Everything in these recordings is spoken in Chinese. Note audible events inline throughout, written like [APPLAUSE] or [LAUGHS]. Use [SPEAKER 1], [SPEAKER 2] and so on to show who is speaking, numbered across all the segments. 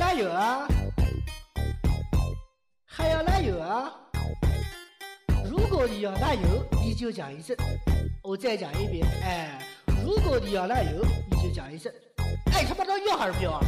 [SPEAKER 1] 来有啊，还要来有啊。如果你要来有，你就讲一声。我再讲一遍，哎，如果你要来有，你就讲一声。哎，他妈的要还是不要啊？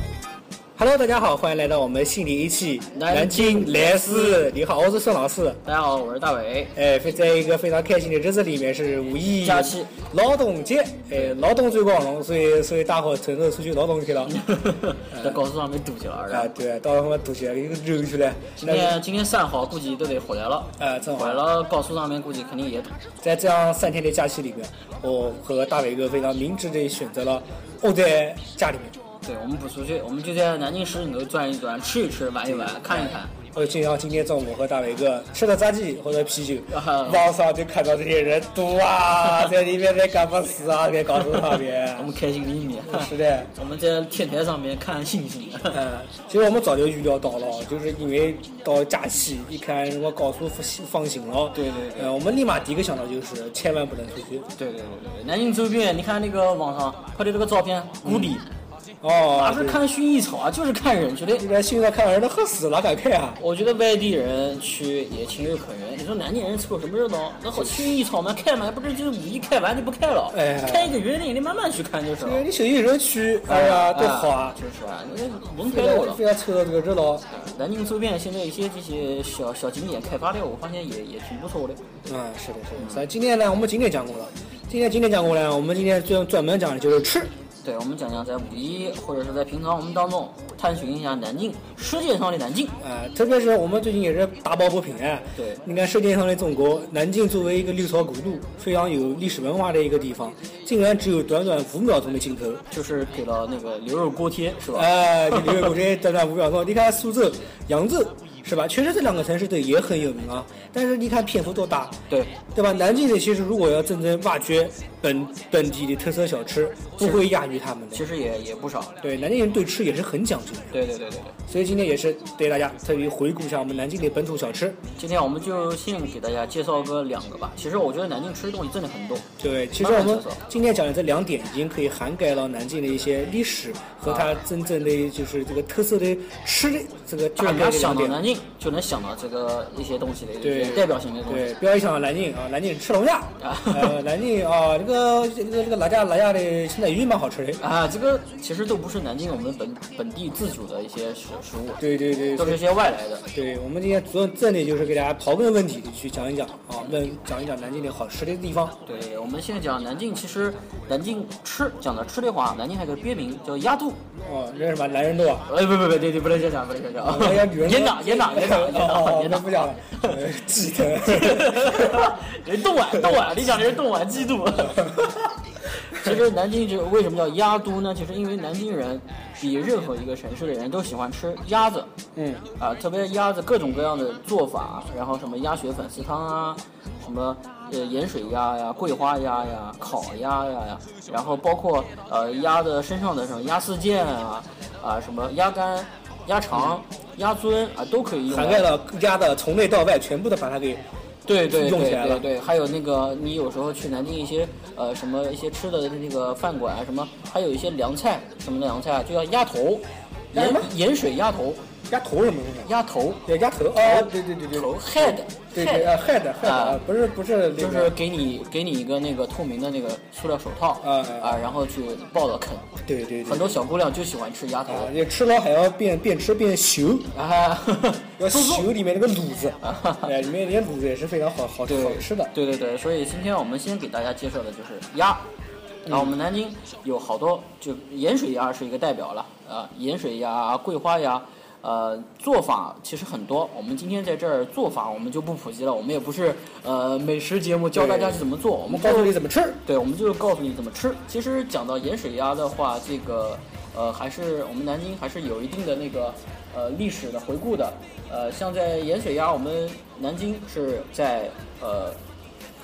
[SPEAKER 2] Hello，大家好，欢迎来到我们新的一期南
[SPEAKER 3] 南京
[SPEAKER 2] 京来事。你好，我是孙老师。
[SPEAKER 3] 大家好，我是大
[SPEAKER 2] [LAUGHS]
[SPEAKER 3] 伟。
[SPEAKER 2] 哎，非在一个非常开心的日子里面是五一
[SPEAKER 3] 假期、
[SPEAKER 2] 劳动节。哎，劳动最光荣，所以所以大伙全都出去劳动去了。
[SPEAKER 3] [LAUGHS] 呃在高速上面堵起了，是
[SPEAKER 2] 啊
[SPEAKER 3] 吧？，
[SPEAKER 2] 对，到他妈堵起来给扔去了。
[SPEAKER 3] 今
[SPEAKER 2] 那个
[SPEAKER 3] 天今天三号估计都得回来了，
[SPEAKER 2] 呃，哎正好
[SPEAKER 3] 回来了高速上面估计肯定也堵。
[SPEAKER 2] 在这样三天的假期里面，我和大伟哥非常明智的选择了窝在家里面。
[SPEAKER 3] 对，我们不出去，我们就在南京市里头转一转，吃一吃，玩一玩，看一看。
[SPEAKER 2] 我就像今天中午和大伟哥吃了炸鸡，喝了啤酒
[SPEAKER 3] 啊，
[SPEAKER 2] 网上就看到这些人堵
[SPEAKER 3] [LAUGHS]
[SPEAKER 2] 啊，在里面在干么事啊，在高速上面
[SPEAKER 3] 我。们开心的一面。
[SPEAKER 2] 哎是的，
[SPEAKER 3] [LAUGHS] 我们在天台上面看星星。
[SPEAKER 2] 嗯，其实我们早就预料到了，就是因为到假期，一看什么高速放行了，
[SPEAKER 3] 对对对
[SPEAKER 2] 呃，我们立马第一个想到就是千万不能出去。
[SPEAKER 3] 对对对对，南京周边，你看那个网上拍的这个照片，谷底，
[SPEAKER 2] 哦
[SPEAKER 3] 哪，是看薰衣草啊，就是看人去的。
[SPEAKER 2] 这个现在看人哎都喝死了，敢看啊？
[SPEAKER 3] 我觉得外地人去也情有可原。你说南京人凑什么热闹？那好薰衣草嘛，开嘛，不是就是五一开完就不开了？
[SPEAKER 2] 哎
[SPEAKER 3] 开一个月内你慢慢去看就是
[SPEAKER 2] 因为
[SPEAKER 3] 了。
[SPEAKER 2] 你休息人去，哎呀，多好啊！
[SPEAKER 3] 啊就是啊，那门
[SPEAKER 2] 非
[SPEAKER 3] 开
[SPEAKER 2] 要
[SPEAKER 3] 路了
[SPEAKER 2] 非。要凑到这个热闹，
[SPEAKER 3] 南京周边现在一些这些小小景点开发的，我发现也也挺不错的。
[SPEAKER 2] 嗯，是的，是的。所以今天呢，我们今天讲过了，今天今天讲过了，我们今天专专门讲的就是吃。
[SPEAKER 3] 对，我们讲讲在五一或者是在平常我们当中探寻一下南京，世界上的南京。
[SPEAKER 2] 啊，特别是我们最近也是打抱不平啊。
[SPEAKER 3] 对
[SPEAKER 2] 你看世界上的中国，南京作为一个六朝古都，非常有历史文化的一个地方，竟然只有短短五秒钟的镜头。
[SPEAKER 3] 就是给了那个牛肉锅贴是吧？
[SPEAKER 2] 哎、你留给我这短短五秒钟。你看苏州、扬州是吧？确实这两个城市都也很有名啊，但是你看篇幅多大，
[SPEAKER 3] 对，
[SPEAKER 2] 对吧？南京的其实如果要真正挖掘本本地的特色小吃，不会亚于他们的
[SPEAKER 3] 其。实也也不少。
[SPEAKER 2] 对，南京人对吃也是很讲究的，
[SPEAKER 3] 对对对对对。
[SPEAKER 2] 所以今天也是对大家特别回顾一下我们南京的本土小吃。
[SPEAKER 3] 今天我们就先给大家介绍个两个吧。其实我觉得南京吃的东西真的很多，
[SPEAKER 2] 对，其实我们今天讲的这两点已经可以涵盖了南京的一些历史和它
[SPEAKER 3] 啊
[SPEAKER 2] 真正的就是这个特色的吃的这个
[SPEAKER 3] 大
[SPEAKER 2] 大
[SPEAKER 3] 家
[SPEAKER 2] 概的两
[SPEAKER 3] 啊想到南
[SPEAKER 2] 点。
[SPEAKER 3] 京就能想到这个一些东西的一
[SPEAKER 2] 对
[SPEAKER 3] 些，代表性的东
[SPEAKER 2] 对
[SPEAKER 3] 西。，
[SPEAKER 2] 不要一想到南京啊，南京吃龙虾，
[SPEAKER 3] 啊
[SPEAKER 2] 呃，南京啊，这个这个这个哪家哪家的酸菜鱼蛮好吃的。
[SPEAKER 3] 啊，这个其实都不是南京我们本本地自主的一些食食物，
[SPEAKER 2] 对对对
[SPEAKER 3] 都是一些外来的。
[SPEAKER 2] 对，我们今天主要真的就是给大家刨根问底的去讲一讲啊，问讲一讲南京的好吃的地方。
[SPEAKER 3] 对，我们现在讲南京，其实南京吃讲到吃的话，南京还有个别名叫鸭肚。
[SPEAKER 2] 哦，那什么男人多啊？
[SPEAKER 3] 哎，不不不，对对，不能这样讲，不能这样
[SPEAKER 2] 哎
[SPEAKER 3] [LAUGHS]
[SPEAKER 2] 呀，女人
[SPEAKER 3] 讲。严打严打严打严打
[SPEAKER 2] 哦
[SPEAKER 3] 严
[SPEAKER 2] 那
[SPEAKER 3] 打，
[SPEAKER 2] 不讲了，呃记得。 [LAUGHS]
[SPEAKER 3] 人冻啊冻啊，你讲的是冻啊嫉妒。其实南京就为什么叫鸭都呢？就是因为南京人比任何一个城市的人都喜欢吃鸭子，
[SPEAKER 2] 嗯，
[SPEAKER 3] 啊，特别鸭子各种各样的做法，然后什么鸭血粉丝汤啊，什么呃盐水鸭呀、桂花鸭呀、烤鸭呀呀，然后包括呃鸭的身上的什么鸭四件啊，啊什么鸭肝、鸭肠、鸭胗啊都可以用来。
[SPEAKER 2] 嗯涵盖了鸭的从内到外全部都把它给
[SPEAKER 3] 对对
[SPEAKER 2] 用
[SPEAKER 3] 对
[SPEAKER 2] 起来了
[SPEAKER 3] 对对，还有那个你有时候去南京一些呃什么一些吃的那个饭馆啊什么，还有一些凉菜什么的凉菜啊，就叫鸭头，
[SPEAKER 2] 鸭什
[SPEAKER 3] 盐
[SPEAKER 2] 么
[SPEAKER 3] 盐水鸭头，
[SPEAKER 2] 鸭头什么东西啊？
[SPEAKER 3] 鸭头
[SPEAKER 2] 对，鸭头哦，对对对对，
[SPEAKER 3] 头 head
[SPEAKER 2] 对对啊，
[SPEAKER 3] head，
[SPEAKER 2] 害的害的啊
[SPEAKER 3] 啊，
[SPEAKER 2] 不是不是那
[SPEAKER 3] 就是
[SPEAKER 2] 个，
[SPEAKER 3] 给你给你一个那个透明的那个塑料手套
[SPEAKER 2] 啊啊
[SPEAKER 3] 啊，然后去抱着啃，
[SPEAKER 2] 对对对
[SPEAKER 3] 很，多小姑娘就喜欢吃鸭头
[SPEAKER 2] 啊，也吃了还要变变吃变熟，
[SPEAKER 3] 啊， [LAUGHS]
[SPEAKER 2] 要
[SPEAKER 3] 猪
[SPEAKER 2] 熟
[SPEAKER 3] 肉
[SPEAKER 2] 里面那个卤子
[SPEAKER 3] 啊，
[SPEAKER 2] 哎，里面那个卤子也是非常好好好
[SPEAKER 3] 对，
[SPEAKER 2] 吃的。
[SPEAKER 3] 对对对，所以今天我们先给大家介绍的就是鸭。啊，我们南京有好多，就盐水鸭是一个代表了啊，盐水鸭、桂花鸭，呃，做法其实很多。我们今天在这儿做法我们就不普及了，我们也不是呃美食节目教大家去怎么做，
[SPEAKER 2] 我
[SPEAKER 3] 我们
[SPEAKER 2] 们
[SPEAKER 3] 就
[SPEAKER 2] 告诉你怎么吃，
[SPEAKER 3] 对，我们就是告诉你怎么吃。其实讲到盐水鸭的话，这个呃，还是我们南京还是有一定的那个呃历史的回顾的。呃，像在盐水鸭，我们南京是在呃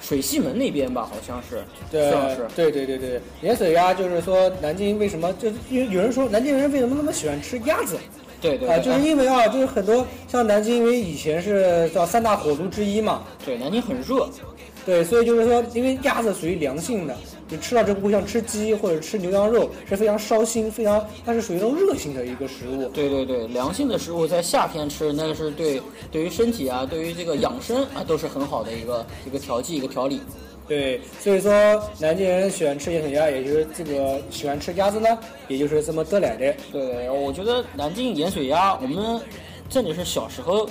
[SPEAKER 3] 水西门那边吧，好像是，
[SPEAKER 2] 对
[SPEAKER 3] 孙老师。
[SPEAKER 2] 对对对对，盐水鸭就是说南京为什么就是因为有人说南京人为什么那么喜欢吃鸭子？
[SPEAKER 3] 对对
[SPEAKER 2] 啊，
[SPEAKER 3] 对，哎
[SPEAKER 2] 就是因为啊，就是很多像南京，因为以前是叫三大火炉之一嘛，
[SPEAKER 3] 对南京很热，
[SPEAKER 2] 对，所以就是说，因为鸭子属于凉性的，你吃到这个故像吃鸡或者吃牛羊肉是非常烧心，非常它是属于那种热性的一个食物。
[SPEAKER 3] 对对对，凉性的食物在夏天吃，那个是对对于身体啊，对于这个养生啊，都是很好的一个一个调剂一个调理。
[SPEAKER 2] 对，所以说南京人喜欢吃盐水鸭，也就是这个喜欢吃鸭子呢，也就是这么得来的。
[SPEAKER 3] 对，我觉得南京盐水鸭，我们真的是小时候，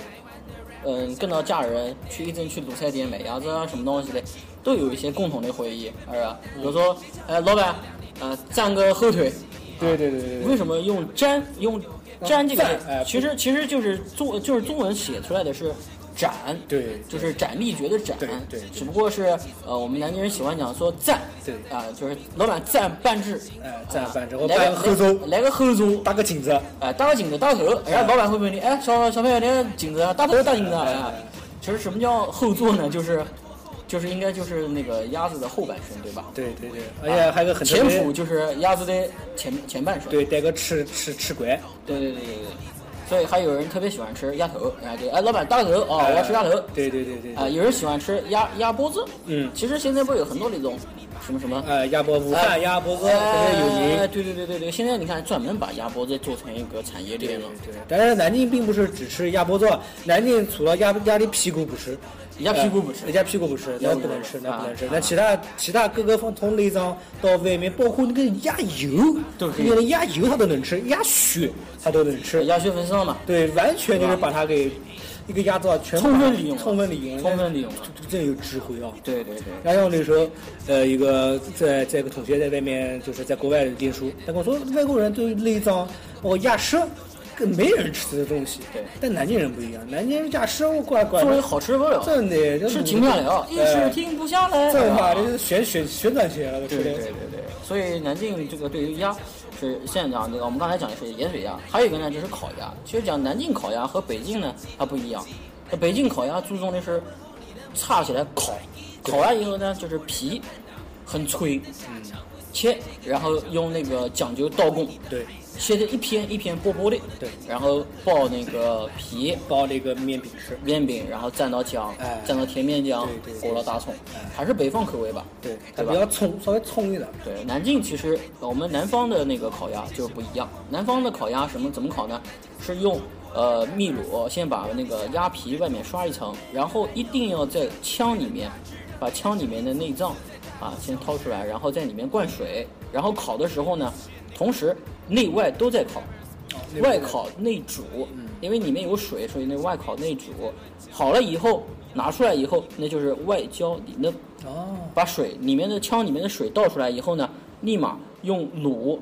[SPEAKER 3] 嗯，跟到家人去一阵去卤菜店买鸭子啊，什么东西的，都有一些共同的回忆，是吧？比如说，哎，老板，呃，蘸个后腿，
[SPEAKER 2] 对对对对对
[SPEAKER 3] 为什么用粘用粘这个
[SPEAKER 2] 蘸哎？
[SPEAKER 3] 其实其实就是中就是中文写出来的是斩，
[SPEAKER 2] 对
[SPEAKER 3] 就是斩立决的斩，
[SPEAKER 2] 对对对
[SPEAKER 3] 只不过是呃我们南京人喜欢讲说蘸，
[SPEAKER 2] 对
[SPEAKER 3] 啊、就是老板蘸半只，
[SPEAKER 2] 哎蘸半只
[SPEAKER 3] 啊
[SPEAKER 2] 或
[SPEAKER 3] 来
[SPEAKER 2] 拌
[SPEAKER 3] 个
[SPEAKER 2] 后粥
[SPEAKER 3] 来个后粥。
[SPEAKER 2] 搭个颈子，
[SPEAKER 3] 哎，搭个颈子，搭个头，人家老板会问你，哎，小小朋友，你颈子啊，搭头搭颈子啊。哎其实什么叫后座呢？就是，就是应该就是那个鸭子的后半身，对吧？
[SPEAKER 2] 对对对，而且哎还有一个很特
[SPEAKER 3] 前
[SPEAKER 2] 别
[SPEAKER 3] 脯，就是鸭子的前前半身。
[SPEAKER 2] 对，带个翅翅翅拐，
[SPEAKER 3] 对对对对对，所以还有人特别喜欢吃鸭头，哎对，哎老板大头哦，我要吃鸭头。
[SPEAKER 2] 对对对对，
[SPEAKER 3] 啊，有人喜欢吃鸭鸭脖子，
[SPEAKER 2] 嗯
[SPEAKER 3] 其实现在不是有很多那种什么什么。
[SPEAKER 2] 呃，鸭脖武汉鸭脖子特别有名
[SPEAKER 3] 哎，。对对对对对，现在你看专门把鸭脖子做成一个产业
[SPEAKER 2] 对
[SPEAKER 3] 链了，
[SPEAKER 2] 对，但是南京并不是只吃鸭脖子，南京除了鸭鸭的屁股不吃，
[SPEAKER 3] 鸭屁股不吃
[SPEAKER 2] 呃，鸭屁股不吃，那不能吃，那不能吃
[SPEAKER 3] 啊。
[SPEAKER 2] 那其他其他各个方从内脏到外面，包括那个鸭油，
[SPEAKER 3] 都哎可以
[SPEAKER 2] 那个鸭油它都能吃，鸭血它都能吃，
[SPEAKER 3] 鸭血焚烧嘛，
[SPEAKER 2] 对，完全就是把它给一个鸭子啊，全部
[SPEAKER 3] 充分利用
[SPEAKER 2] 充分利用，
[SPEAKER 3] 充分利用了
[SPEAKER 2] 这，这真有智慧啊！
[SPEAKER 3] 对对对，
[SPEAKER 2] 然后那时候，呃，一个在在一个同学在外面就是在国外念书，他跟我说外国人对内脏哦鸭舌，跟没人吃的东西。
[SPEAKER 3] 对
[SPEAKER 2] 但南京人不一样，南京人鸭舌我管管
[SPEAKER 3] 作为好吃不了，
[SPEAKER 2] 真的这
[SPEAKER 3] 是停不下来啊，一时停不下来。
[SPEAKER 2] 这话就是旋旋旋转起来了，啊我觉
[SPEAKER 3] 啊对
[SPEAKER 2] 得
[SPEAKER 3] 对对对，所以南京这个对于鸭是现在讲啊这个，我们刚才讲的是盐水鸭，还有一个呢就是烤鸭。其实讲南京烤鸭和北京呢它不一样，那北京烤鸭注重的是叉起来烤，烤完以后呢就是皮很脆，嗯，切，然后用那个讲究刀工，
[SPEAKER 2] 对，
[SPEAKER 3] 切的一片一片薄薄的，
[SPEAKER 2] 对
[SPEAKER 3] 然后爆那个皮，
[SPEAKER 2] 包那个面饼吃。
[SPEAKER 3] 面饼，然后蘸到酱
[SPEAKER 2] 哎，
[SPEAKER 3] 蘸到甜面酱
[SPEAKER 2] 对对，对
[SPEAKER 3] 裹了大葱
[SPEAKER 2] 哎，
[SPEAKER 3] 还是北方口味吧？
[SPEAKER 2] 对，它
[SPEAKER 3] 对
[SPEAKER 2] 比
[SPEAKER 3] 吧？
[SPEAKER 2] 较冲，稍微冲一点。
[SPEAKER 3] 对，南京其实呃我们南方的那个烤鸭就不一样，南方的烤鸭什么怎么烤呢？是用呃秘鲁先把那个鸭皮外面刷一层，然后一定要在枪里面把枪里面的内脏啊先掏出来，然后在里面灌水，然后烤的时候呢，同时内外都在烤，
[SPEAKER 2] 哦
[SPEAKER 3] 外烤内煮，
[SPEAKER 2] 嗯
[SPEAKER 3] 因为里面有水，所以那外烤内煮。好了以后拿出来以后，那就是外焦里嫩。
[SPEAKER 2] 哦，
[SPEAKER 3] 把水里面的枪里面的水倒出来以后呢，立马用卤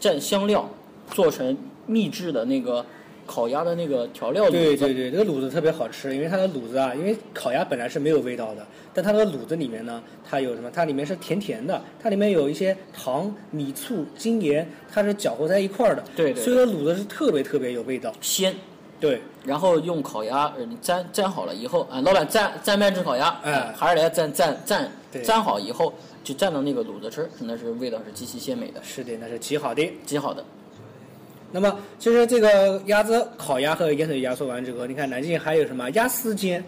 [SPEAKER 3] 蘸香料做成秘制的那个烤鸭的那个调料卤
[SPEAKER 2] 对
[SPEAKER 3] 子
[SPEAKER 2] 对对，这个卤子特别好吃，因为它的卤子啊，因为烤鸭本来是没有味道的，但它的卤子里面呢，它有什么？它里面是甜甜的，它里面有一些糖、米醋、精盐，它是搅和在一块儿的。
[SPEAKER 3] 对对
[SPEAKER 2] 所以说卤子是特别特别有味道。
[SPEAKER 3] 鲜，
[SPEAKER 2] 对，
[SPEAKER 3] 然后用烤鸭呃蘸蘸好了以后，啊，老板蘸蘸半只烤鸭，
[SPEAKER 2] 哎
[SPEAKER 3] 啊还是来蘸蘸蘸
[SPEAKER 2] 对
[SPEAKER 3] 蘸好以后就蘸到那个卤子吃，真的是味道是极其鲜美的，
[SPEAKER 2] 是的，那是极好的。
[SPEAKER 3] 极好
[SPEAKER 2] 哎
[SPEAKER 3] 的。
[SPEAKER 2] 那么其实这个鸭子烤鸭和盐水鸭说完之后，你看南京还有什么鸭丝煎？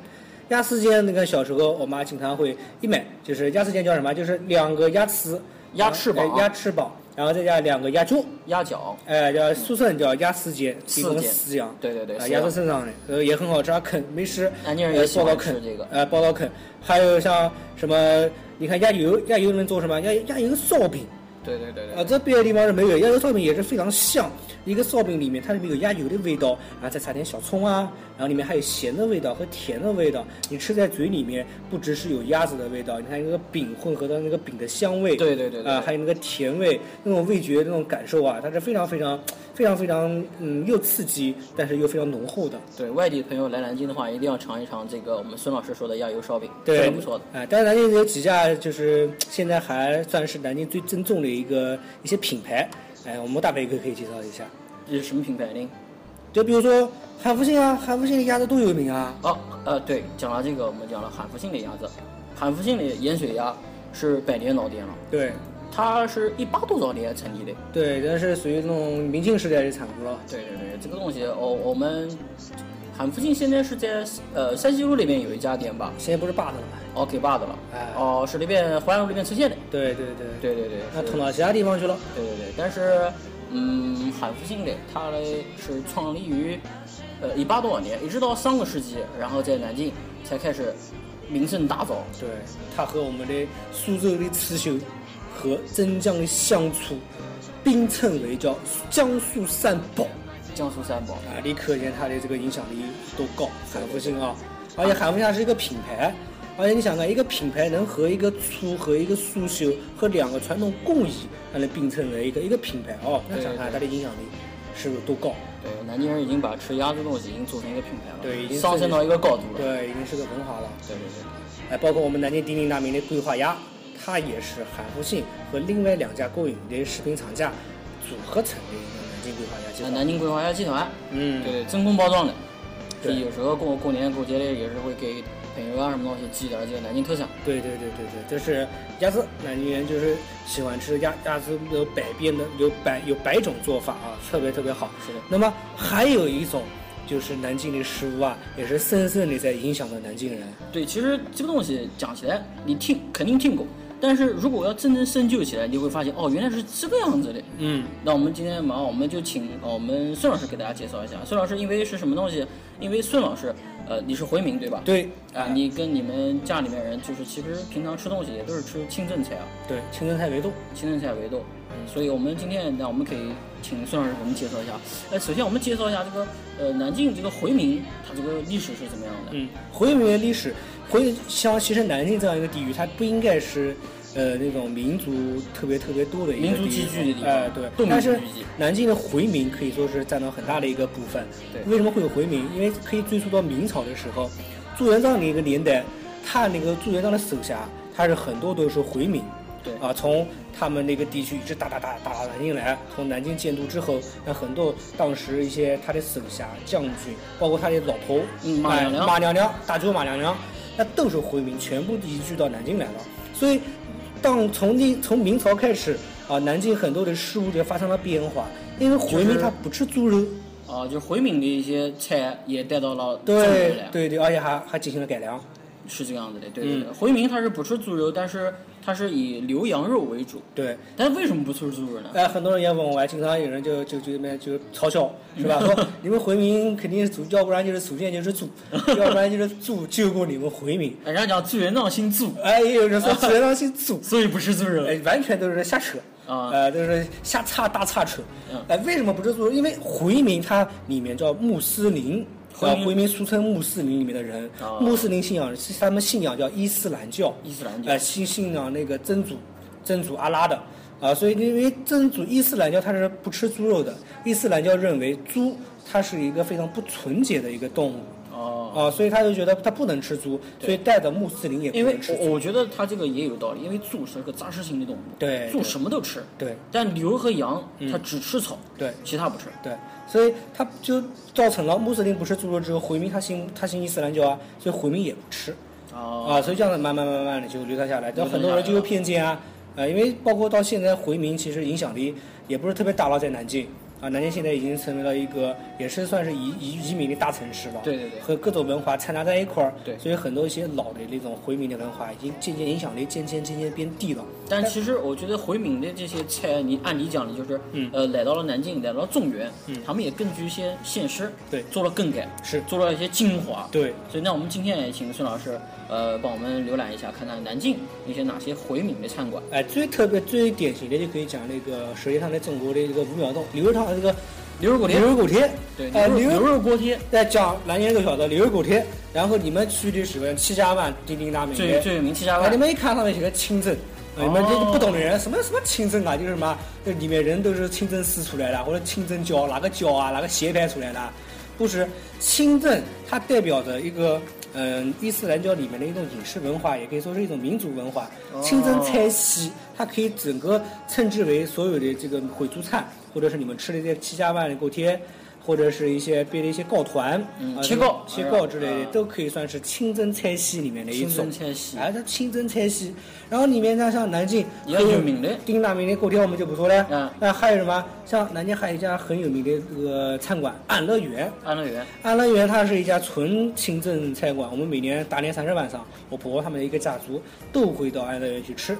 [SPEAKER 2] 鸭丝煎，那个小时候我妈经常会一买，就是鸭丝煎叫什么？就是两个鸭丝、
[SPEAKER 3] 鸭翅膀啊
[SPEAKER 2] 呃鸭翅膀，然后再加两个鸭脚，
[SPEAKER 3] 鸭脚，
[SPEAKER 2] 哎，叫俗称叫鸭丝煎，
[SPEAKER 3] 丝
[SPEAKER 2] 一
[SPEAKER 3] 煎
[SPEAKER 2] 共四样，
[SPEAKER 3] 对对对
[SPEAKER 2] 啊，
[SPEAKER 3] 四
[SPEAKER 2] 鸭
[SPEAKER 3] 样
[SPEAKER 2] 子身上的，呃，也很好吃，啊啃没吃，
[SPEAKER 3] 南京人
[SPEAKER 2] 呃
[SPEAKER 3] 也喜
[SPEAKER 2] 包
[SPEAKER 3] 欢
[SPEAKER 2] 到啃
[SPEAKER 3] 吃这个
[SPEAKER 2] 呃，包到啃，还有像什么，你看鸭油，鸭油能做什么？鸭鸭油烧饼，
[SPEAKER 3] 对对对对
[SPEAKER 2] 啊，这别的地方是没有，鸭油烧饼也是非常香。一个烧饼里面它里面有鸭油的味道，然后再撒点小葱啊，然后里面还有咸的味道和甜的味道。你吃在嘴里面，不只是有鸭子的味道，你看那个饼混合到那个饼的香味，
[SPEAKER 3] 对对对对
[SPEAKER 2] 啊，还有那个甜味，那种味觉那种感受啊，它是非常非常非常非常嗯，又刺激，但是又非常浓厚的。
[SPEAKER 3] 对，外地朋友来南京的话，一定要尝一尝这个我们孙老师说的鸭油烧饼，
[SPEAKER 2] 对，
[SPEAKER 3] 真的不错的。
[SPEAKER 2] 啊，但是南京有几家就是现在还算是南京最正宗的一个一些品牌，哎，我们大飞哥可以介绍一下。
[SPEAKER 3] 这是什么品牌呢？
[SPEAKER 2] 就比如说韩福信啊，韩福信的鸭子多有名啊！
[SPEAKER 3] 哦，呃，对，讲到这个，我们讲了韩福信的鸭子，韩福信的盐水鸭是百年老店了，
[SPEAKER 2] 对
[SPEAKER 3] 它是一八多少年成立的？
[SPEAKER 2] 对，但是属于那种明清时代的产物了。
[SPEAKER 3] 哦对对对，这个东西，我、我们韩附近现在是在呃山西路那边有一家店吧？
[SPEAKER 2] 现在不是霸的了吗？
[SPEAKER 3] 哦，给霸的了
[SPEAKER 2] 哎。
[SPEAKER 3] 哦，是那边淮安路那边城县的。
[SPEAKER 2] 对对对，
[SPEAKER 3] 对对对，
[SPEAKER 2] 那
[SPEAKER 3] 是
[SPEAKER 2] 捅到其他地方去了。
[SPEAKER 3] 对对对，但是，嗯，韩复兴嘞，它嘞是创立于，呃，一八多少年，一直到上个世纪，然后在南京才开始名声大噪。
[SPEAKER 2] 对，它和我们的苏州的刺绣和镇江的香醋并称为叫江苏三宝
[SPEAKER 3] 江苏三宝，
[SPEAKER 2] 啊！你可见它的这个影响力多高，韩复兴啊！而且韩复兴它是一个品牌，而且你想看一个品牌能和一个醋和一个苏绣和两个传统工艺，它能并称为一个一个品牌哦，那想看它的影响力是不是多高？
[SPEAKER 3] 对，南京人已经把吃鸭子东西已经做成一个品牌了，
[SPEAKER 2] 对已经
[SPEAKER 3] 上升到一个高度了。
[SPEAKER 2] 对，已经是个文化了。
[SPEAKER 3] 对对
[SPEAKER 2] 哎，包括我们南京鼎鼎大名的桂花鸭，它也是韩复兴和另外两家国营的食品厂家组合成的一个南京桂花鸭集
[SPEAKER 3] 对，
[SPEAKER 2] 团。
[SPEAKER 3] 那啊南京桂花鸭集团，
[SPEAKER 2] 嗯，
[SPEAKER 3] 对对，真空包装的，所
[SPEAKER 2] 对
[SPEAKER 3] 以有时候过过年过节嘞也是会给朋友啊什么东西寄点儿这个南京特产。
[SPEAKER 2] 对对对对对，这是鸭子，南京人就是喜欢吃鸭鸭子，有百变的，有百有百种做法啊，特别特别好。
[SPEAKER 3] 是的，
[SPEAKER 2] 那么还有一种就是南京的食物啊，也是深深的在影响着南京人。
[SPEAKER 3] 对，其实这个东西讲起来，你听肯定听过，但是如果要真正深究起来，你会发现哦，原来是这个样子的。
[SPEAKER 2] 嗯，
[SPEAKER 3] 那我们今天马上我们就请呃我们孙老师给大家介绍一下。孙老师因为是什么东西？因为孙老师，呃，你是回民对吧？
[SPEAKER 2] 对哎
[SPEAKER 3] 啊、你跟你们家里面人就是其实平常吃东西也都是吃清正菜啊，
[SPEAKER 2] 对，清蒸菜围肚。
[SPEAKER 3] 清正菜为豆。所以我们今天那我们可以请孙老师给我们介绍一下。呃，首先我们介绍一下这个呃南京这个回民它这个历史是怎么样的？
[SPEAKER 2] 嗯，回民的历史，回像其实南京这样一个地域，它不应该是呃那种民族特别特别多的一个
[SPEAKER 3] 民族
[SPEAKER 2] 地
[SPEAKER 3] 集
[SPEAKER 2] 域
[SPEAKER 3] 聚的地方，
[SPEAKER 2] 哎、对
[SPEAKER 3] 动。民
[SPEAKER 2] 但
[SPEAKER 3] 族
[SPEAKER 2] 是
[SPEAKER 3] 聚集。
[SPEAKER 2] 南京的回民可以说是占到很大的一个部分。
[SPEAKER 3] 对
[SPEAKER 2] 为什么会有回民？因为可以追溯到明朝的时候，朱元璋那个年代，他那个朱元璋的手下，他是很多都是回民。
[SPEAKER 3] 对
[SPEAKER 2] 啊，从他们那个地区一直打打打打到南京来，从南京建都之后，那很多当时一些他的手下将军，包括他的老头，
[SPEAKER 3] 嗯马
[SPEAKER 2] 哎
[SPEAKER 3] 良良
[SPEAKER 2] 马娘娘，大舅马娘娘，那都是回民，全部移居到南京来了。所以，当从那从明朝开始啊，南京很多的事物就发生了变化，因为回
[SPEAKER 3] 就
[SPEAKER 2] 民
[SPEAKER 3] 是
[SPEAKER 2] 他不吃猪肉，
[SPEAKER 3] 啊、就是回民的一些菜也带到了中国
[SPEAKER 2] 对嗯
[SPEAKER 3] 来，
[SPEAKER 2] 对对，而且还还进行了改良。
[SPEAKER 3] 是这个样子的，对对对。回民他是不吃猪肉，但是他是以牛羊肉为主，
[SPEAKER 2] 对，
[SPEAKER 3] 但为什么不吃猪肉呢？
[SPEAKER 2] 哎，很多人也问我，经常有人就就就那边就嘲笑，是
[SPEAKER 3] [LAUGHS]
[SPEAKER 2] 吧？说你们回民肯定是祖，要不然就是祖先就是猪，要不然就是猪救过你们回民。
[SPEAKER 3] 人家讲朱元璋姓朱，
[SPEAKER 2] 哎，也有人
[SPEAKER 3] [LAUGHS]
[SPEAKER 2] 说祖先上姓猪，
[SPEAKER 3] 所以不吃猪肉。
[SPEAKER 2] 哎，完全都是瞎扯
[SPEAKER 3] 啊
[SPEAKER 2] 呃，都是瞎插大插扯
[SPEAKER 3] 嗯。
[SPEAKER 2] 哎，为什么不是猪肉？因为回民它里面叫穆斯林。
[SPEAKER 3] 回
[SPEAKER 2] 呃，
[SPEAKER 3] 民
[SPEAKER 2] 回民俗称穆斯林里面的人
[SPEAKER 3] 啊，
[SPEAKER 2] 穆斯林信仰是他们信仰叫伊斯兰教，
[SPEAKER 3] 伊斯兰教
[SPEAKER 2] 呃，信信仰那个真主，真主阿拉的，啊，所以因为真主伊斯兰教它是不吃猪肉的，伊斯兰教认为猪它是一个非常不纯洁的一个动物，
[SPEAKER 3] 哦，
[SPEAKER 2] 啊，所以他就觉得他不能吃猪，所以带着穆斯林也不
[SPEAKER 3] 因为
[SPEAKER 2] 能吃猪，
[SPEAKER 3] 我我觉得他这个也有道理，因为猪是个杂食性的动物，
[SPEAKER 2] 对
[SPEAKER 3] 猪
[SPEAKER 2] 对
[SPEAKER 3] 什么都吃，
[SPEAKER 2] 对
[SPEAKER 3] 但牛和羊它只吃草，
[SPEAKER 2] 对
[SPEAKER 3] 其他不吃。
[SPEAKER 2] 对，所以他就造成了穆斯林不吃猪肉之后，回民他信他信伊斯兰教啊，所以回民也不吃
[SPEAKER 3] 哦，
[SPEAKER 2] 啊，所以这样子慢慢慢慢的就流传下来，但
[SPEAKER 3] 流传
[SPEAKER 2] 很多人
[SPEAKER 3] 下来
[SPEAKER 2] 就有偏见啊，呃，因为包括到现在回民其实影响力也不是特别大了，在南京啊，南京现在已经成为了一个也是算是移移移民的大城市了，
[SPEAKER 3] 对对对
[SPEAKER 2] 和各种文化掺杂在一块儿，
[SPEAKER 3] 对
[SPEAKER 2] 所以很多一些老的那种回民的文化已经渐渐影响力渐渐渐渐变低了，
[SPEAKER 3] 但其实我觉得回民的这些菜，你按理讲的就是，
[SPEAKER 2] 嗯
[SPEAKER 3] 呃，来到了南京，来到了中原，
[SPEAKER 2] 嗯
[SPEAKER 3] 他们也根据一些现实，
[SPEAKER 2] 对
[SPEAKER 3] 做了更改，
[SPEAKER 2] 是
[SPEAKER 3] 做了一些精华。
[SPEAKER 2] 对。
[SPEAKER 3] 所以那我们今天也请孙老师，呃，帮我们浏览一下，看看南京有些哪些回民的餐馆。
[SPEAKER 2] 哎，最特别、最典型的就可以讲那个《舌尖上的中国》的一个吴淼洞牛肉汤，这个
[SPEAKER 3] 牛肉锅贴
[SPEAKER 2] 牛，肉锅贴。
[SPEAKER 3] 对，牛
[SPEAKER 2] 哎，
[SPEAKER 3] 肉
[SPEAKER 2] 牛
[SPEAKER 3] 牛
[SPEAKER 2] 肉
[SPEAKER 3] 肉锅贴
[SPEAKER 2] 在讲南京都晓得牛肉锅贴，然后你们去的时候，戚家湾鼎鼎大名
[SPEAKER 3] 最
[SPEAKER 2] 的，
[SPEAKER 3] 最有名戚家
[SPEAKER 2] 哎，
[SPEAKER 3] 湾
[SPEAKER 2] 你，们一看上面写个清蒸。哎你们这不懂的人，什么什么清蒸啊，就是什么，这里面人都是清蒸师出来的，或者清蒸椒，哪个椒啊，哪个邪派出来的，不是清蒸，它代表着一个，嗯、伊斯兰教里面的一种饮食文化，也可以说是一种民族文化。
[SPEAKER 3] 哦
[SPEAKER 2] 清蒸菜系，它可以整个称之为所有的这个回族菜，或者是你们吃的这戚家湾的锅贴，或者是一些别的一些糕团、
[SPEAKER 3] 嗯
[SPEAKER 2] 啊
[SPEAKER 3] 切糕
[SPEAKER 2] 切糕之类
[SPEAKER 3] 哎
[SPEAKER 2] 的
[SPEAKER 3] 呀，
[SPEAKER 2] 都可以算是清真菜系里面的一
[SPEAKER 3] 清
[SPEAKER 2] 种
[SPEAKER 3] 真。菜系，
[SPEAKER 2] 哎，它清真菜系，然后里面呢，像南京
[SPEAKER 3] 也有名的
[SPEAKER 2] 丁大名的锅贴我们就不说了。
[SPEAKER 3] 嗯
[SPEAKER 2] 那还有什么？像南京还有一家很有名的这个餐馆安乐园，
[SPEAKER 3] 安乐园，
[SPEAKER 2] 安乐园它是一家纯清真菜馆，我们每年大年三十晚上，我婆婆他们的一个家族都会到安乐园去吃。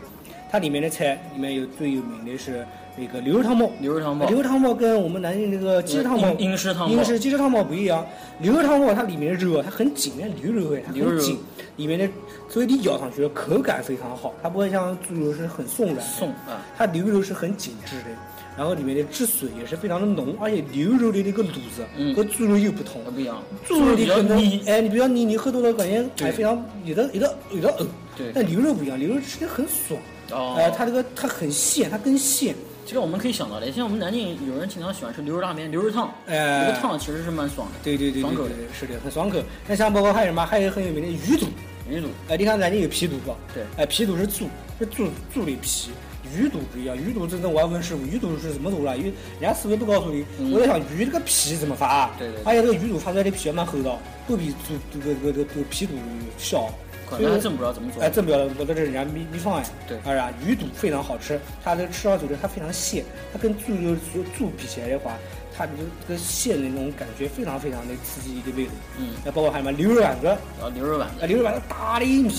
[SPEAKER 2] 它里面的菜里面有最有名的是那个牛肉汤包，
[SPEAKER 3] 牛肉汤包，呃
[SPEAKER 2] 牛肉汤包跟我们南京那个鸡肉汤包
[SPEAKER 3] 英、英式汤包，
[SPEAKER 2] 英式鸡肉汤包不一样，牛肉汤包它里面的肉啊它很紧，那牛肉味它
[SPEAKER 3] 牛
[SPEAKER 2] 很
[SPEAKER 3] 肉
[SPEAKER 2] 紧，里面的所以你咬上去的口感非常好，它不会像猪肉是很松软的，
[SPEAKER 3] 送啊，
[SPEAKER 2] 它牛肉是很紧致的，然后里面的汁水也是非常的浓，而且牛肉的那个卤子
[SPEAKER 3] 嗯
[SPEAKER 2] 和猪肉又不同，
[SPEAKER 3] 不一样，
[SPEAKER 2] 猪肉
[SPEAKER 3] 比
[SPEAKER 2] 你
[SPEAKER 3] 较
[SPEAKER 2] 可能
[SPEAKER 3] 腻，
[SPEAKER 2] 哎，你比较腻，你喝多了感觉
[SPEAKER 3] 对
[SPEAKER 2] 还非常有的有的有的呕，
[SPEAKER 3] 对
[SPEAKER 2] 但牛肉不一样，牛肉吃的很爽，
[SPEAKER 3] 哦
[SPEAKER 2] 呃，它这个它很鲜，它更鲜，
[SPEAKER 3] 这个我们可以想到的，像我们南京有人经常喜欢吃牛肉拉面、牛肉汤，
[SPEAKER 2] 哎
[SPEAKER 3] 牛肉汤其实是蛮爽的，
[SPEAKER 2] 对对对
[SPEAKER 3] 爽
[SPEAKER 2] 对
[SPEAKER 3] 口
[SPEAKER 2] 对
[SPEAKER 3] 的，
[SPEAKER 2] 对，是的，很爽口。那像包括还有什么，还有很有名的鱼肚，
[SPEAKER 3] 鱼肚，
[SPEAKER 2] 哎，你看南京有皮肚吧？
[SPEAKER 3] 对
[SPEAKER 2] 哎，皮肚是猪，是猪猪的皮。鱼肚不一样，鱼肚真的我还问师傅，鱼肚是什么肚了？因为人家师傅不告诉你，我在想鱼这个皮怎么发啊？
[SPEAKER 3] 嗯对对对
[SPEAKER 2] 而且这个鱼肚发出来的皮还蛮厚道，不比猪这个这个这个皮肚小。
[SPEAKER 3] 可
[SPEAKER 2] 所以
[SPEAKER 3] 能还真不知道怎么做
[SPEAKER 2] 哎，，真不要了，我在这人家秘秘方哎。
[SPEAKER 3] 对
[SPEAKER 2] 哎呀，鱼肚非常好吃，它这个吃上嘴里它非常鲜，它跟猪肉猪猪比起来的话，它这个这个鲜的那种感觉非常非常的刺激的胃口。
[SPEAKER 3] 嗯，
[SPEAKER 2] 哎那包括还有什么牛肉丸子，啊，
[SPEAKER 3] 然后牛肉丸子，
[SPEAKER 2] 牛肉丸子大的一米，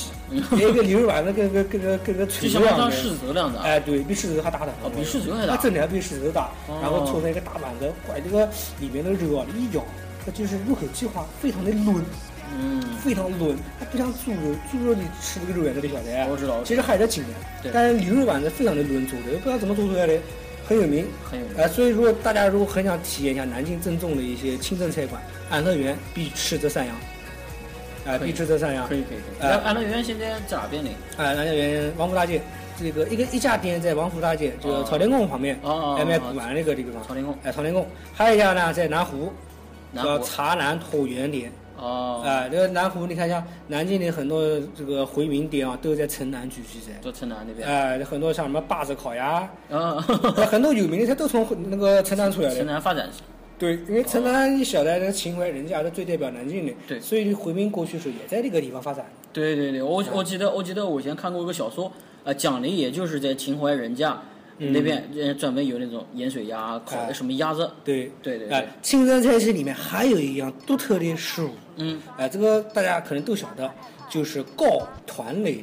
[SPEAKER 2] 那个牛肉丸子跟个跟个跟个
[SPEAKER 3] 就
[SPEAKER 2] 锤子
[SPEAKER 3] 像
[SPEAKER 2] 一样
[SPEAKER 3] 当
[SPEAKER 2] 的。
[SPEAKER 3] 柿子那样的啊，
[SPEAKER 2] 哎，对比狮子还大的，
[SPEAKER 3] 哦比狮子还大
[SPEAKER 2] 它真的还比狮子大。
[SPEAKER 3] 哦
[SPEAKER 2] 然后做成一个大丸子，怪这个里面的肉啊，一咬，它就是入口即化，非常的嫩，
[SPEAKER 3] 嗯，
[SPEAKER 2] 非常嫩，它不像猪肉，猪肉你吃这个肉丸子你晓得呀
[SPEAKER 3] 我知道，
[SPEAKER 2] 其实还是紧
[SPEAKER 3] 哦对
[SPEAKER 2] 的，但是牛肉丸子非常的论做的，不知道怎么做出来的，很有名。
[SPEAKER 3] 很有名
[SPEAKER 2] 哎、所以说大家如果很想体验一下南京正宗的一些清真菜馆，安乐园必吃这三样。哎、
[SPEAKER 3] 可以
[SPEAKER 2] 必吃这三样。
[SPEAKER 3] 可以可以可以。
[SPEAKER 2] 哎
[SPEAKER 3] 那安乐园现在在哪边呢？
[SPEAKER 2] 哎、南京园王府大街这个一个一家店在王府大街这个
[SPEAKER 3] 哦
[SPEAKER 2] 朝天宫旁边，
[SPEAKER 3] 哦哦
[SPEAKER 2] 哎卖
[SPEAKER 3] 哦
[SPEAKER 2] 古玩那个地方。
[SPEAKER 3] 朝天宫
[SPEAKER 2] 哎、朝天宫。还有一家呢，在南湖，
[SPEAKER 3] 南
[SPEAKER 2] 叫
[SPEAKER 3] 湖
[SPEAKER 2] 茶南椭圆店。
[SPEAKER 3] 哦，
[SPEAKER 2] 哎、这个南湖，你看一下，南京的很多这个回民店啊，都在城南聚集在。
[SPEAKER 3] 就城南那边，
[SPEAKER 2] 哎、很多像什么坝子烤鸭，
[SPEAKER 3] 嗯，
[SPEAKER 2] 呃很多有名的，他都从那个城南出来
[SPEAKER 3] 城
[SPEAKER 2] 的。
[SPEAKER 3] 南发展
[SPEAKER 2] 对，因为城南你晓得，这秦淮人家是最代表南京的，
[SPEAKER 3] 对
[SPEAKER 2] 所以回民过去时候也在这个地方发展。
[SPEAKER 3] 对对对，我我记得我记得我以前看过一个小说，呃，讲的也就是在秦淮人家那边，呃专门有那种盐水鸭、烤的
[SPEAKER 2] 哎
[SPEAKER 3] 什么鸭子，
[SPEAKER 2] 对，
[SPEAKER 3] 对对
[SPEAKER 2] 哎、
[SPEAKER 3] 对，
[SPEAKER 2] 清真菜系里面还有一样独特的食物，
[SPEAKER 3] 嗯，
[SPEAKER 2] 哎、这个大家可能都晓得，就是糕团类的。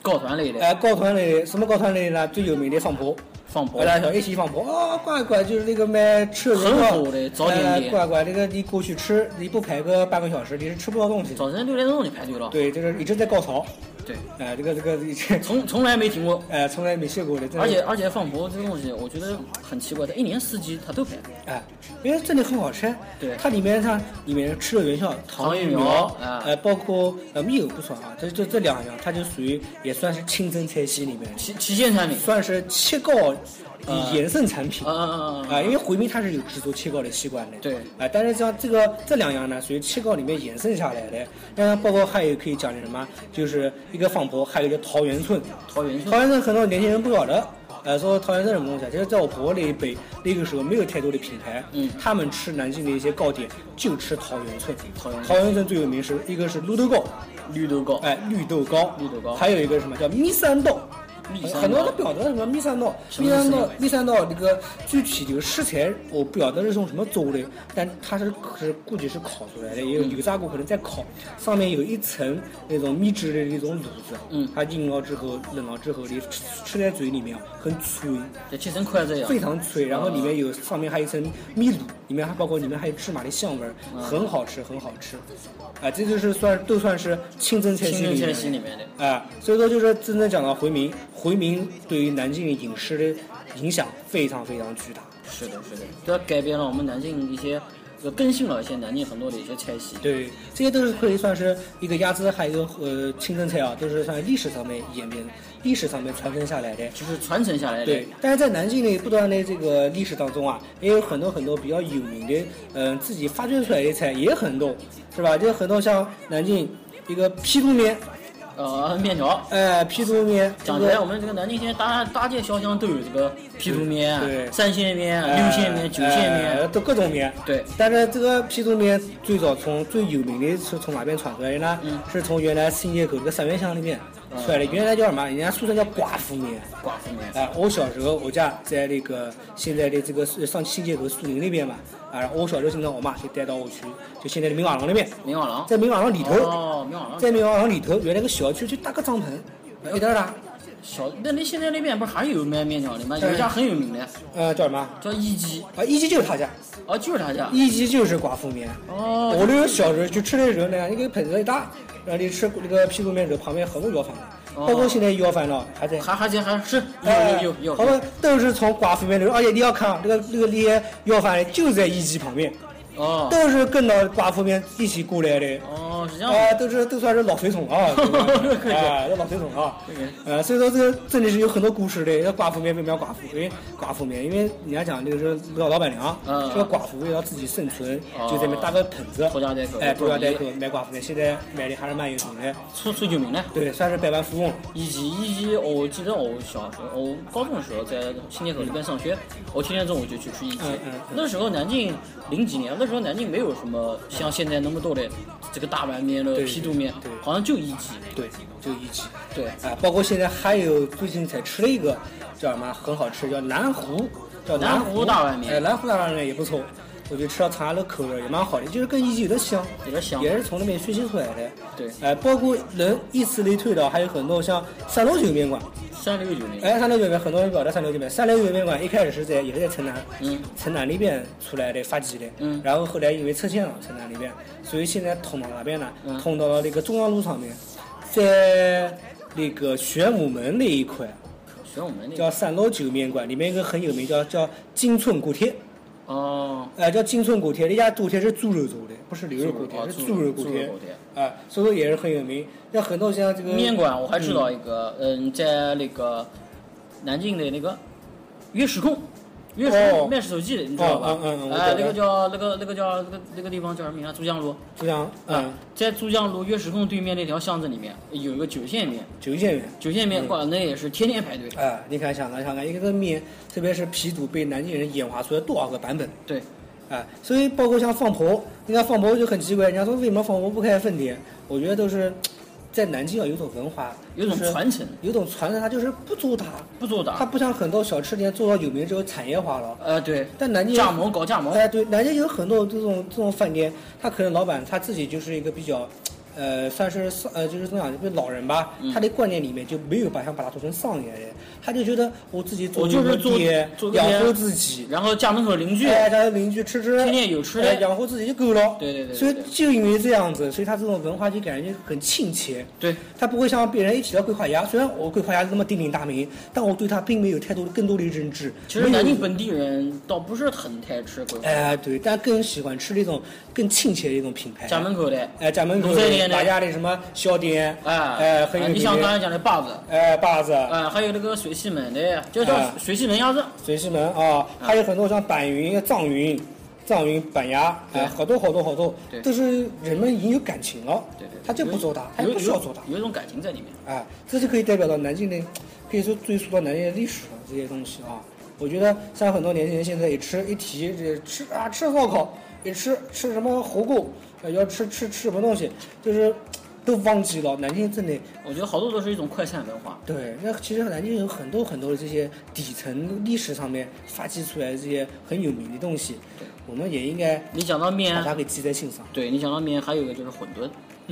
[SPEAKER 3] 糕团类的
[SPEAKER 2] 哎、糕团类的什么糕团类的呢？最有名的放婆。
[SPEAKER 3] 放薄
[SPEAKER 2] 大家想一起放炮哦，乖乖，就是那个卖吃的
[SPEAKER 3] 很
[SPEAKER 2] 肉
[SPEAKER 3] 火的早点
[SPEAKER 2] 哎
[SPEAKER 3] 店
[SPEAKER 2] 乖乖，那个你过去吃，你不排个半个小时，你是吃不到东西的。
[SPEAKER 3] 早晨六点钟就排队了，
[SPEAKER 2] 对，就是一直在高潮，
[SPEAKER 3] 对，
[SPEAKER 2] 哎、这个这个，这个
[SPEAKER 3] 从从来没停过。
[SPEAKER 2] 哎、从来没试过的，真的
[SPEAKER 3] 而且而且放薄这个东西，我觉得很奇怪，它一年四季它都排。
[SPEAKER 2] 哎，因为真的很好吃。
[SPEAKER 3] 对
[SPEAKER 2] 它里面它里面吃了元宵、糖
[SPEAKER 3] 芋
[SPEAKER 2] 苗
[SPEAKER 3] 苗，啊
[SPEAKER 2] 呃，包括呃米油不算啊，这这这两样，它就属于也算是清真菜系里面，
[SPEAKER 3] 旗旗舰产品，
[SPEAKER 2] 算是切糕衍生产品。
[SPEAKER 3] 嗯嗯嗯
[SPEAKER 2] 啊，
[SPEAKER 3] 嗯，
[SPEAKER 2] 因为回民它是有制作切糕的习惯的，
[SPEAKER 3] 对
[SPEAKER 2] 啊，但是像这个这两样呢，属于切糕里面衍生下来的。那包括还有可以讲的什么，就是一个放婆，还有一个桃源村，
[SPEAKER 3] 桃园村
[SPEAKER 2] 桃源村很多年轻人不晓得，呃，说桃源村什么东西啊？其实在我婆婆那一辈，那个时候没有太多的品牌，
[SPEAKER 3] 嗯
[SPEAKER 2] 他们吃南京的一些糕点就吃桃源村。
[SPEAKER 3] 桃源
[SPEAKER 2] 桃源村最有名是一个是绿豆糕，
[SPEAKER 3] 绿豆糕，
[SPEAKER 2] 哎，绿豆糕，
[SPEAKER 3] 绿豆糕
[SPEAKER 2] 还有一个什么叫蜜三道。
[SPEAKER 3] 蜜
[SPEAKER 2] 很
[SPEAKER 3] 三
[SPEAKER 2] 很多
[SPEAKER 3] 糕
[SPEAKER 2] 人都不晓得什么蜜三道，
[SPEAKER 3] 什么
[SPEAKER 2] 蜜
[SPEAKER 3] 是
[SPEAKER 2] 三
[SPEAKER 3] 什
[SPEAKER 2] 道
[SPEAKER 3] 么，
[SPEAKER 2] 蜜三道这个具体这个食材我不晓得是用什么做的，但它是是估计是烤出来的，也有油炸过，可能在烤，上面有一层那种秘制的那种卤子，啊
[SPEAKER 3] 嗯
[SPEAKER 2] 它硬了之后冷了之后，你吃吃在嘴里面很脆，
[SPEAKER 3] 就切成筷子一样
[SPEAKER 2] 非。常脆，然后
[SPEAKER 3] 啊
[SPEAKER 2] 里面有上面还有一层秘鲁，里面还包括里面还有芝麻的香味儿，
[SPEAKER 3] 啊
[SPEAKER 2] 很好吃，很好吃，啊，这就是算都算是清真菜系
[SPEAKER 3] 清
[SPEAKER 2] 里
[SPEAKER 3] 真
[SPEAKER 2] 面
[SPEAKER 3] 菜
[SPEAKER 2] 的
[SPEAKER 3] 系里面的，
[SPEAKER 2] 啊，所以说就是真正讲到回民，回民对于南京的饮食的影响非常非常巨大。
[SPEAKER 3] 是的，是的，这改变了我们南京一些，这更新了一些南京很多的一些菜系。
[SPEAKER 2] 对，这些都是可以算是一个鸭子，还有一个呃清真菜啊，都是算历史上面演变、历史上面传承下来的。
[SPEAKER 3] 就是传承下来的。
[SPEAKER 2] 对，但是在南京的不断的这个历史当中啊，也有很多很多比较有名的，嗯、自己发掘出来的菜也很多，是吧？就很多像南京一个皮肚面，
[SPEAKER 3] 啊、呃面条。
[SPEAKER 2] 哎，皮肚面，
[SPEAKER 3] 讲起来，我们这个南京现在搭搭界小巷都有这个皮肚
[SPEAKER 2] 对
[SPEAKER 3] 面、啊三鲜面、啊
[SPEAKER 2] 哎
[SPEAKER 3] 六鲜面、九鲜
[SPEAKER 2] 哎
[SPEAKER 3] 面，
[SPEAKER 2] 都各种面。
[SPEAKER 3] 对，
[SPEAKER 2] 但是这个皮肚面最早从最有名的是从哪边传出来的呢？
[SPEAKER 3] 嗯
[SPEAKER 2] 是从原来新街口这个三元巷里面出来的。原来叫什么？人家俗称叫寡妇面。
[SPEAKER 3] 寡妇面。
[SPEAKER 2] 啊，我小时候我家在那个现在的这个呃上新街口苏宁那边嘛，啊，我小时候经常我妈就带到我去，就现在的明瓦廊那边，
[SPEAKER 3] 明瓦廊。
[SPEAKER 2] 在明瓦廊里头，
[SPEAKER 3] 哦，明瓦廊。
[SPEAKER 2] 在明瓦廊里头原来个小区就搭个帐篷，哎有点儿大，
[SPEAKER 3] 小，那那现在那边不是还有卖面条的吗？
[SPEAKER 2] 对
[SPEAKER 3] 有一家很有名的，
[SPEAKER 2] 呃，叫什么？啊，
[SPEAKER 3] 叫一记，
[SPEAKER 2] 一级就是他家，
[SPEAKER 3] 哦，就是他家。
[SPEAKER 2] 一级就是寡妇面。
[SPEAKER 3] 哦，
[SPEAKER 2] 我那时候小时候就吃的时候呢，一个盆子一搭，然后你吃那个屁股面的时候，旁边很多要饭的，
[SPEAKER 3] 哦
[SPEAKER 2] 包括现在要饭了还在。
[SPEAKER 3] 还还行，还是
[SPEAKER 2] 哎
[SPEAKER 3] 有有有
[SPEAKER 2] 好
[SPEAKER 3] 有。
[SPEAKER 2] 吧，都是从寡妇面流，而且你要看啊，这个这个那些要饭的就在一级旁边，
[SPEAKER 3] 哦
[SPEAKER 2] 都是跟着寡妇面一起过来的，
[SPEAKER 3] 哦，是这样的。
[SPEAKER 2] 啊，都是都算是老水桶
[SPEAKER 3] [LAUGHS]
[SPEAKER 2] 啊，对吧
[SPEAKER 3] 可以
[SPEAKER 2] 哎，这老水桶啊
[SPEAKER 3] 这个，
[SPEAKER 2] 呃，所以说这个真的是有很多故事的。要寡妇面为什么要寡妇？因为寡妇面，因为人家讲这个是老老板娘，
[SPEAKER 3] 嗯
[SPEAKER 2] 这个寡妇为了自己生存，
[SPEAKER 3] 哦
[SPEAKER 2] 就在那边搭个棚子，
[SPEAKER 3] 拖家带口
[SPEAKER 2] 哎，拖家带
[SPEAKER 3] 做
[SPEAKER 2] 口卖寡妇面，现在卖的还是蛮有名的，
[SPEAKER 3] 出出有名的。
[SPEAKER 2] 对，算是百万富翁了。
[SPEAKER 3] 以及以及，哦我记得我小时候，我高中的时候在新街口那边上学，我天天中午就去吃一级
[SPEAKER 2] 嗯嗯嗯。
[SPEAKER 3] 那时候南京零几年，那时候南京没有什么像现在那么多的这个大碗面了、
[SPEAKER 2] 对
[SPEAKER 3] 皮肚面
[SPEAKER 2] 对，
[SPEAKER 3] 好像就一级。
[SPEAKER 2] 对，就一起。
[SPEAKER 3] 对，
[SPEAKER 2] 啊，包括现在还有最近才吃了一个叫什么很好吃，叫南湖，叫
[SPEAKER 3] 南湖
[SPEAKER 2] 湖
[SPEAKER 3] 大碗面
[SPEAKER 2] 哎，南湖大碗面也不错，我就吃到长安的口味也蛮好的，就是跟一级有点像，
[SPEAKER 3] 有点香。
[SPEAKER 2] 也是从那边学习出来的。
[SPEAKER 3] 对
[SPEAKER 2] 哎，包括能以此类推的，还有很多像三六九面馆，
[SPEAKER 3] 三六九零。
[SPEAKER 2] 哎，三六九面很多人搞的三六九面，三六九面馆一开始是在也是在城南，
[SPEAKER 3] 嗯，
[SPEAKER 2] 城南那边出来的发迹的，
[SPEAKER 3] 嗯
[SPEAKER 2] 然后后来因为拆迁了城南那边，所以现在通到哪边呢？
[SPEAKER 3] 嗯
[SPEAKER 2] 通到了那个中央路上面，在那个玄武门那一块
[SPEAKER 3] 选我们那个。
[SPEAKER 2] 叫三老九面馆，里面有一个很有名叫叫金村锅贴，
[SPEAKER 3] 哦，
[SPEAKER 2] 哎、叫金村锅贴，那家锅贴是猪肉做的，不是牛肉锅贴
[SPEAKER 3] 哦，
[SPEAKER 2] 是
[SPEAKER 3] 猪
[SPEAKER 2] 猪
[SPEAKER 3] 肉
[SPEAKER 2] 肉锅
[SPEAKER 3] 猪肉
[SPEAKER 2] 贴
[SPEAKER 3] 锅贴，
[SPEAKER 2] 哎、所以说也是很有名。像很多像这个
[SPEAKER 3] 面馆我还知道一个，嗯，在那个南京的那个月时控，月时
[SPEAKER 2] 哦
[SPEAKER 3] 控卖手机的，你知道吧
[SPEAKER 2] 哦？嗯嗯嗯我
[SPEAKER 3] 哎，
[SPEAKER 2] 知道
[SPEAKER 3] 那个叫那个那个叫那个那个地方叫什么名啊？珠江路。
[SPEAKER 2] 就像嗯，
[SPEAKER 3] 在珠江路月时控对面那条巷子里面有一个九线面，
[SPEAKER 2] 九线面。
[SPEAKER 3] 九线面馆那也是天天排队。
[SPEAKER 2] 哎、你看，想看，想看，一个面，特别是皮肚，被南京人演化出来多少个版本？
[SPEAKER 3] 对，
[SPEAKER 2] 哎，所以包括像放婆，你看放婆就很奇怪，人家说为什么放婆不开分店？我觉得都是在南京啊，有种文化，
[SPEAKER 3] 有种
[SPEAKER 2] 就是
[SPEAKER 3] 传承，
[SPEAKER 2] 有种传承，它就是不主打，
[SPEAKER 3] 不做
[SPEAKER 2] 它
[SPEAKER 3] 打。
[SPEAKER 2] 不像很多小吃店做到有名之后产业化了。
[SPEAKER 3] 呃，对，
[SPEAKER 2] 但南京
[SPEAKER 3] 加盟搞加盟。
[SPEAKER 2] 哎，对，南京有很多这种这种饭店，他可能老板他自己就是一个比较，呃，算是上呃，就是怎么讲，一个老人吧，
[SPEAKER 3] 嗯
[SPEAKER 2] 他的观念里面就没有把想把它做成商业的，他就觉得我自己做
[SPEAKER 3] 我就是做
[SPEAKER 2] 店
[SPEAKER 3] 做个
[SPEAKER 2] 养活
[SPEAKER 3] 店
[SPEAKER 2] 自己，
[SPEAKER 3] 然后家门口邻居，
[SPEAKER 2] 哎，他的邻居吃吃，
[SPEAKER 3] 天天有吃
[SPEAKER 2] 哎
[SPEAKER 3] 的。
[SPEAKER 2] 养活自己就够了。
[SPEAKER 3] 对对对对
[SPEAKER 2] 所以就因为这样子，所以他这种文化就感觉很亲切。
[SPEAKER 3] 对，
[SPEAKER 2] 他不会像别人一提到桂花鸭，虽然我桂花鸭那么鼎鼎大名，但我对它并没有太多的更多的认知。
[SPEAKER 3] 其实南
[SPEAKER 2] 没有
[SPEAKER 3] 京本地人倒不是很太吃桂花，
[SPEAKER 2] 哎，对，但更喜欢吃那种更亲切的一种品牌。
[SPEAKER 3] 家门口的。
[SPEAKER 2] 哎，家门口
[SPEAKER 3] 农村里的
[SPEAKER 2] 大家的什么小店，
[SPEAKER 3] 哎
[SPEAKER 2] 哎，很有
[SPEAKER 3] 你
[SPEAKER 2] 名
[SPEAKER 3] 像刚
[SPEAKER 2] 的，
[SPEAKER 3] 才讲的坝子，
[SPEAKER 2] 哎，坝子、
[SPEAKER 3] 哎，还有那个水西门的，就叫
[SPEAKER 2] 哎
[SPEAKER 3] 水西门鸭子，
[SPEAKER 2] 水西门啊，还有很多像板云、藏云、藏云、板鸭，
[SPEAKER 3] 对
[SPEAKER 2] 哎，好多好多好多
[SPEAKER 3] 对，
[SPEAKER 2] 都是人们已经有感情了，
[SPEAKER 3] 对对，对
[SPEAKER 2] 他就不做大，他
[SPEAKER 3] 有
[SPEAKER 2] 也
[SPEAKER 3] 有
[SPEAKER 2] 不需要做大，
[SPEAKER 3] 有有一种感情在里面。
[SPEAKER 2] 哎，这就可以代表到南京的，可以说追溯到南京的历史了这些东西啊。我觉得像很多年轻人现在一吃一提这吃啊吃烧烤，一吃吃什么火锅，呃要吃吃吃什么东西，就是都忘记了南京真的
[SPEAKER 3] 我觉得好多都是一种快餐文化。
[SPEAKER 2] 对，那其实南京有很多很多的这些底层历史上面发迹出来的这些很有名的东西
[SPEAKER 3] 对，
[SPEAKER 2] 我们也应该
[SPEAKER 3] 你讲到
[SPEAKER 2] 把
[SPEAKER 3] 面，
[SPEAKER 2] 它给记在心上。
[SPEAKER 3] 对你讲到面，还有一个就是馄饨，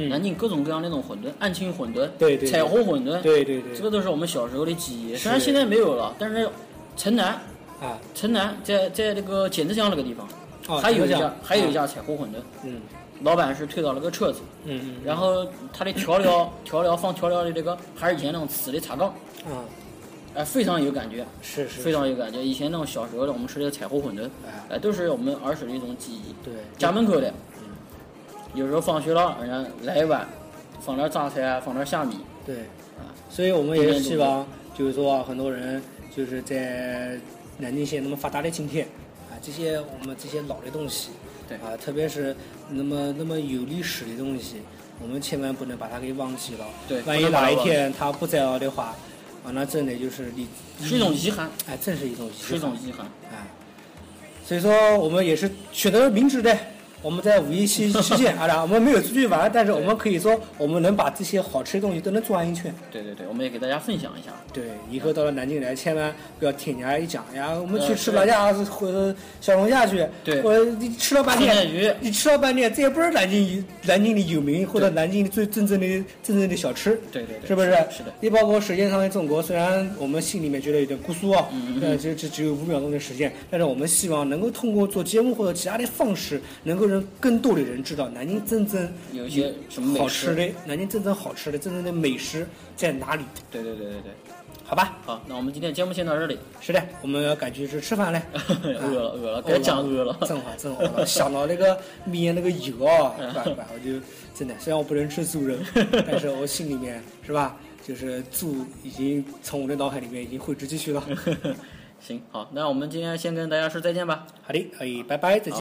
[SPEAKER 3] 南
[SPEAKER 2] 嗯，
[SPEAKER 3] 京各种各样那种馄饨，安庆馄饨，
[SPEAKER 2] 对对对
[SPEAKER 3] 彩虹馄饨，
[SPEAKER 2] 对对对，
[SPEAKER 3] 这个都是我们小时候的记忆。
[SPEAKER 2] 是
[SPEAKER 3] 虽然现在没有了，但是城南，
[SPEAKER 2] 啊
[SPEAKER 3] 城南在在那个剪子乡那个地方，
[SPEAKER 2] 啊，
[SPEAKER 3] 还有一
[SPEAKER 2] 这
[SPEAKER 3] 家
[SPEAKER 2] 样
[SPEAKER 3] 还有一，家彩虹馄饨，
[SPEAKER 2] 嗯
[SPEAKER 3] 老板是推到了个车子，
[SPEAKER 2] 嗯嗯，
[SPEAKER 3] 然后它的调 [LAUGHS] 料调料放调料的这个还是以前那种瓷的茶缸，
[SPEAKER 2] 后啊
[SPEAKER 3] 哎，非常有感觉，
[SPEAKER 2] 是是
[SPEAKER 3] 非常有感觉。以前那种小时候的我们吃的彩虹馄饨，
[SPEAKER 2] 哎
[SPEAKER 3] 哎，都是我们儿时的一种记忆。
[SPEAKER 2] 对
[SPEAKER 3] 家门口的，
[SPEAKER 2] 嗯
[SPEAKER 3] 有时候放学了，人家来一碗，放点榨菜，啊放点虾米，
[SPEAKER 2] 对
[SPEAKER 3] 啊，
[SPEAKER 2] 所以我们也是希望就是说啊很多人就是在南京现在那么发达的今天啊，这些我们这些老的东西，
[SPEAKER 3] 对
[SPEAKER 2] 啊，特别是那么那么有历史的东西。我们千万不能把它给忘记了。
[SPEAKER 3] 对
[SPEAKER 2] 万一哪一天它不在了的话，啊，那真的就是你
[SPEAKER 3] 是一种遗憾，
[SPEAKER 2] 哎，真是一种遗憾
[SPEAKER 3] 是一种遗憾。
[SPEAKER 2] 哎，所以说我们也是选择明智的。我们在五一期期
[SPEAKER 3] [LAUGHS]
[SPEAKER 2] 间啊，然后我们没有出去玩，但是我们可以说，我们能把这些好吃的东西都能转一圈。
[SPEAKER 3] 对对对，我们也给大家分享一下。
[SPEAKER 2] 对，以后到了南京来，千万不要听人家一讲，哎呀，我们去
[SPEAKER 3] 呃
[SPEAKER 2] 吃
[SPEAKER 3] 对
[SPEAKER 2] 老家或者小龙虾去，
[SPEAKER 3] 对
[SPEAKER 2] 或者你吃了半
[SPEAKER 3] 酸菜
[SPEAKER 2] 天，
[SPEAKER 3] 鱼，
[SPEAKER 2] 你吃了半天，这也不是南京南京的有名，或者
[SPEAKER 3] 对
[SPEAKER 2] 南京的最真正的真正的小吃。
[SPEAKER 3] 对对对，
[SPEAKER 2] 是不是？
[SPEAKER 3] 是的，
[SPEAKER 2] 你包括《舌尖上的中国》，虽然我们心里面觉得有点姑苏啊，
[SPEAKER 3] 嗯嗯
[SPEAKER 2] 但只只只有五秒钟的时间，但是我们希望能够通过做节目或者其他的方式，能够让更多的人知道南京真正
[SPEAKER 3] 有一些什么美
[SPEAKER 2] 好
[SPEAKER 3] 食
[SPEAKER 2] 吃的，南京真正好吃的真正的美食在哪里？
[SPEAKER 3] 对对对对对。
[SPEAKER 2] 好吧，
[SPEAKER 3] 好，那我们今天节目先到这里， [LAUGHS]
[SPEAKER 2] 是的，我们要赶去吃吃饭嘞。
[SPEAKER 3] 饿了饿了，该讲饿了。
[SPEAKER 2] 正好正好了，想到那个面那个油啊，是吧？是吧我就真的，虽然我不能吃猪肉，但是我心里面是吧，就是猪已经从我的脑海里面已经挥之即去了。
[SPEAKER 3] 行，好，那我们今天先跟大家说再见吧。
[SPEAKER 2] 好的，哎，拜拜，再见。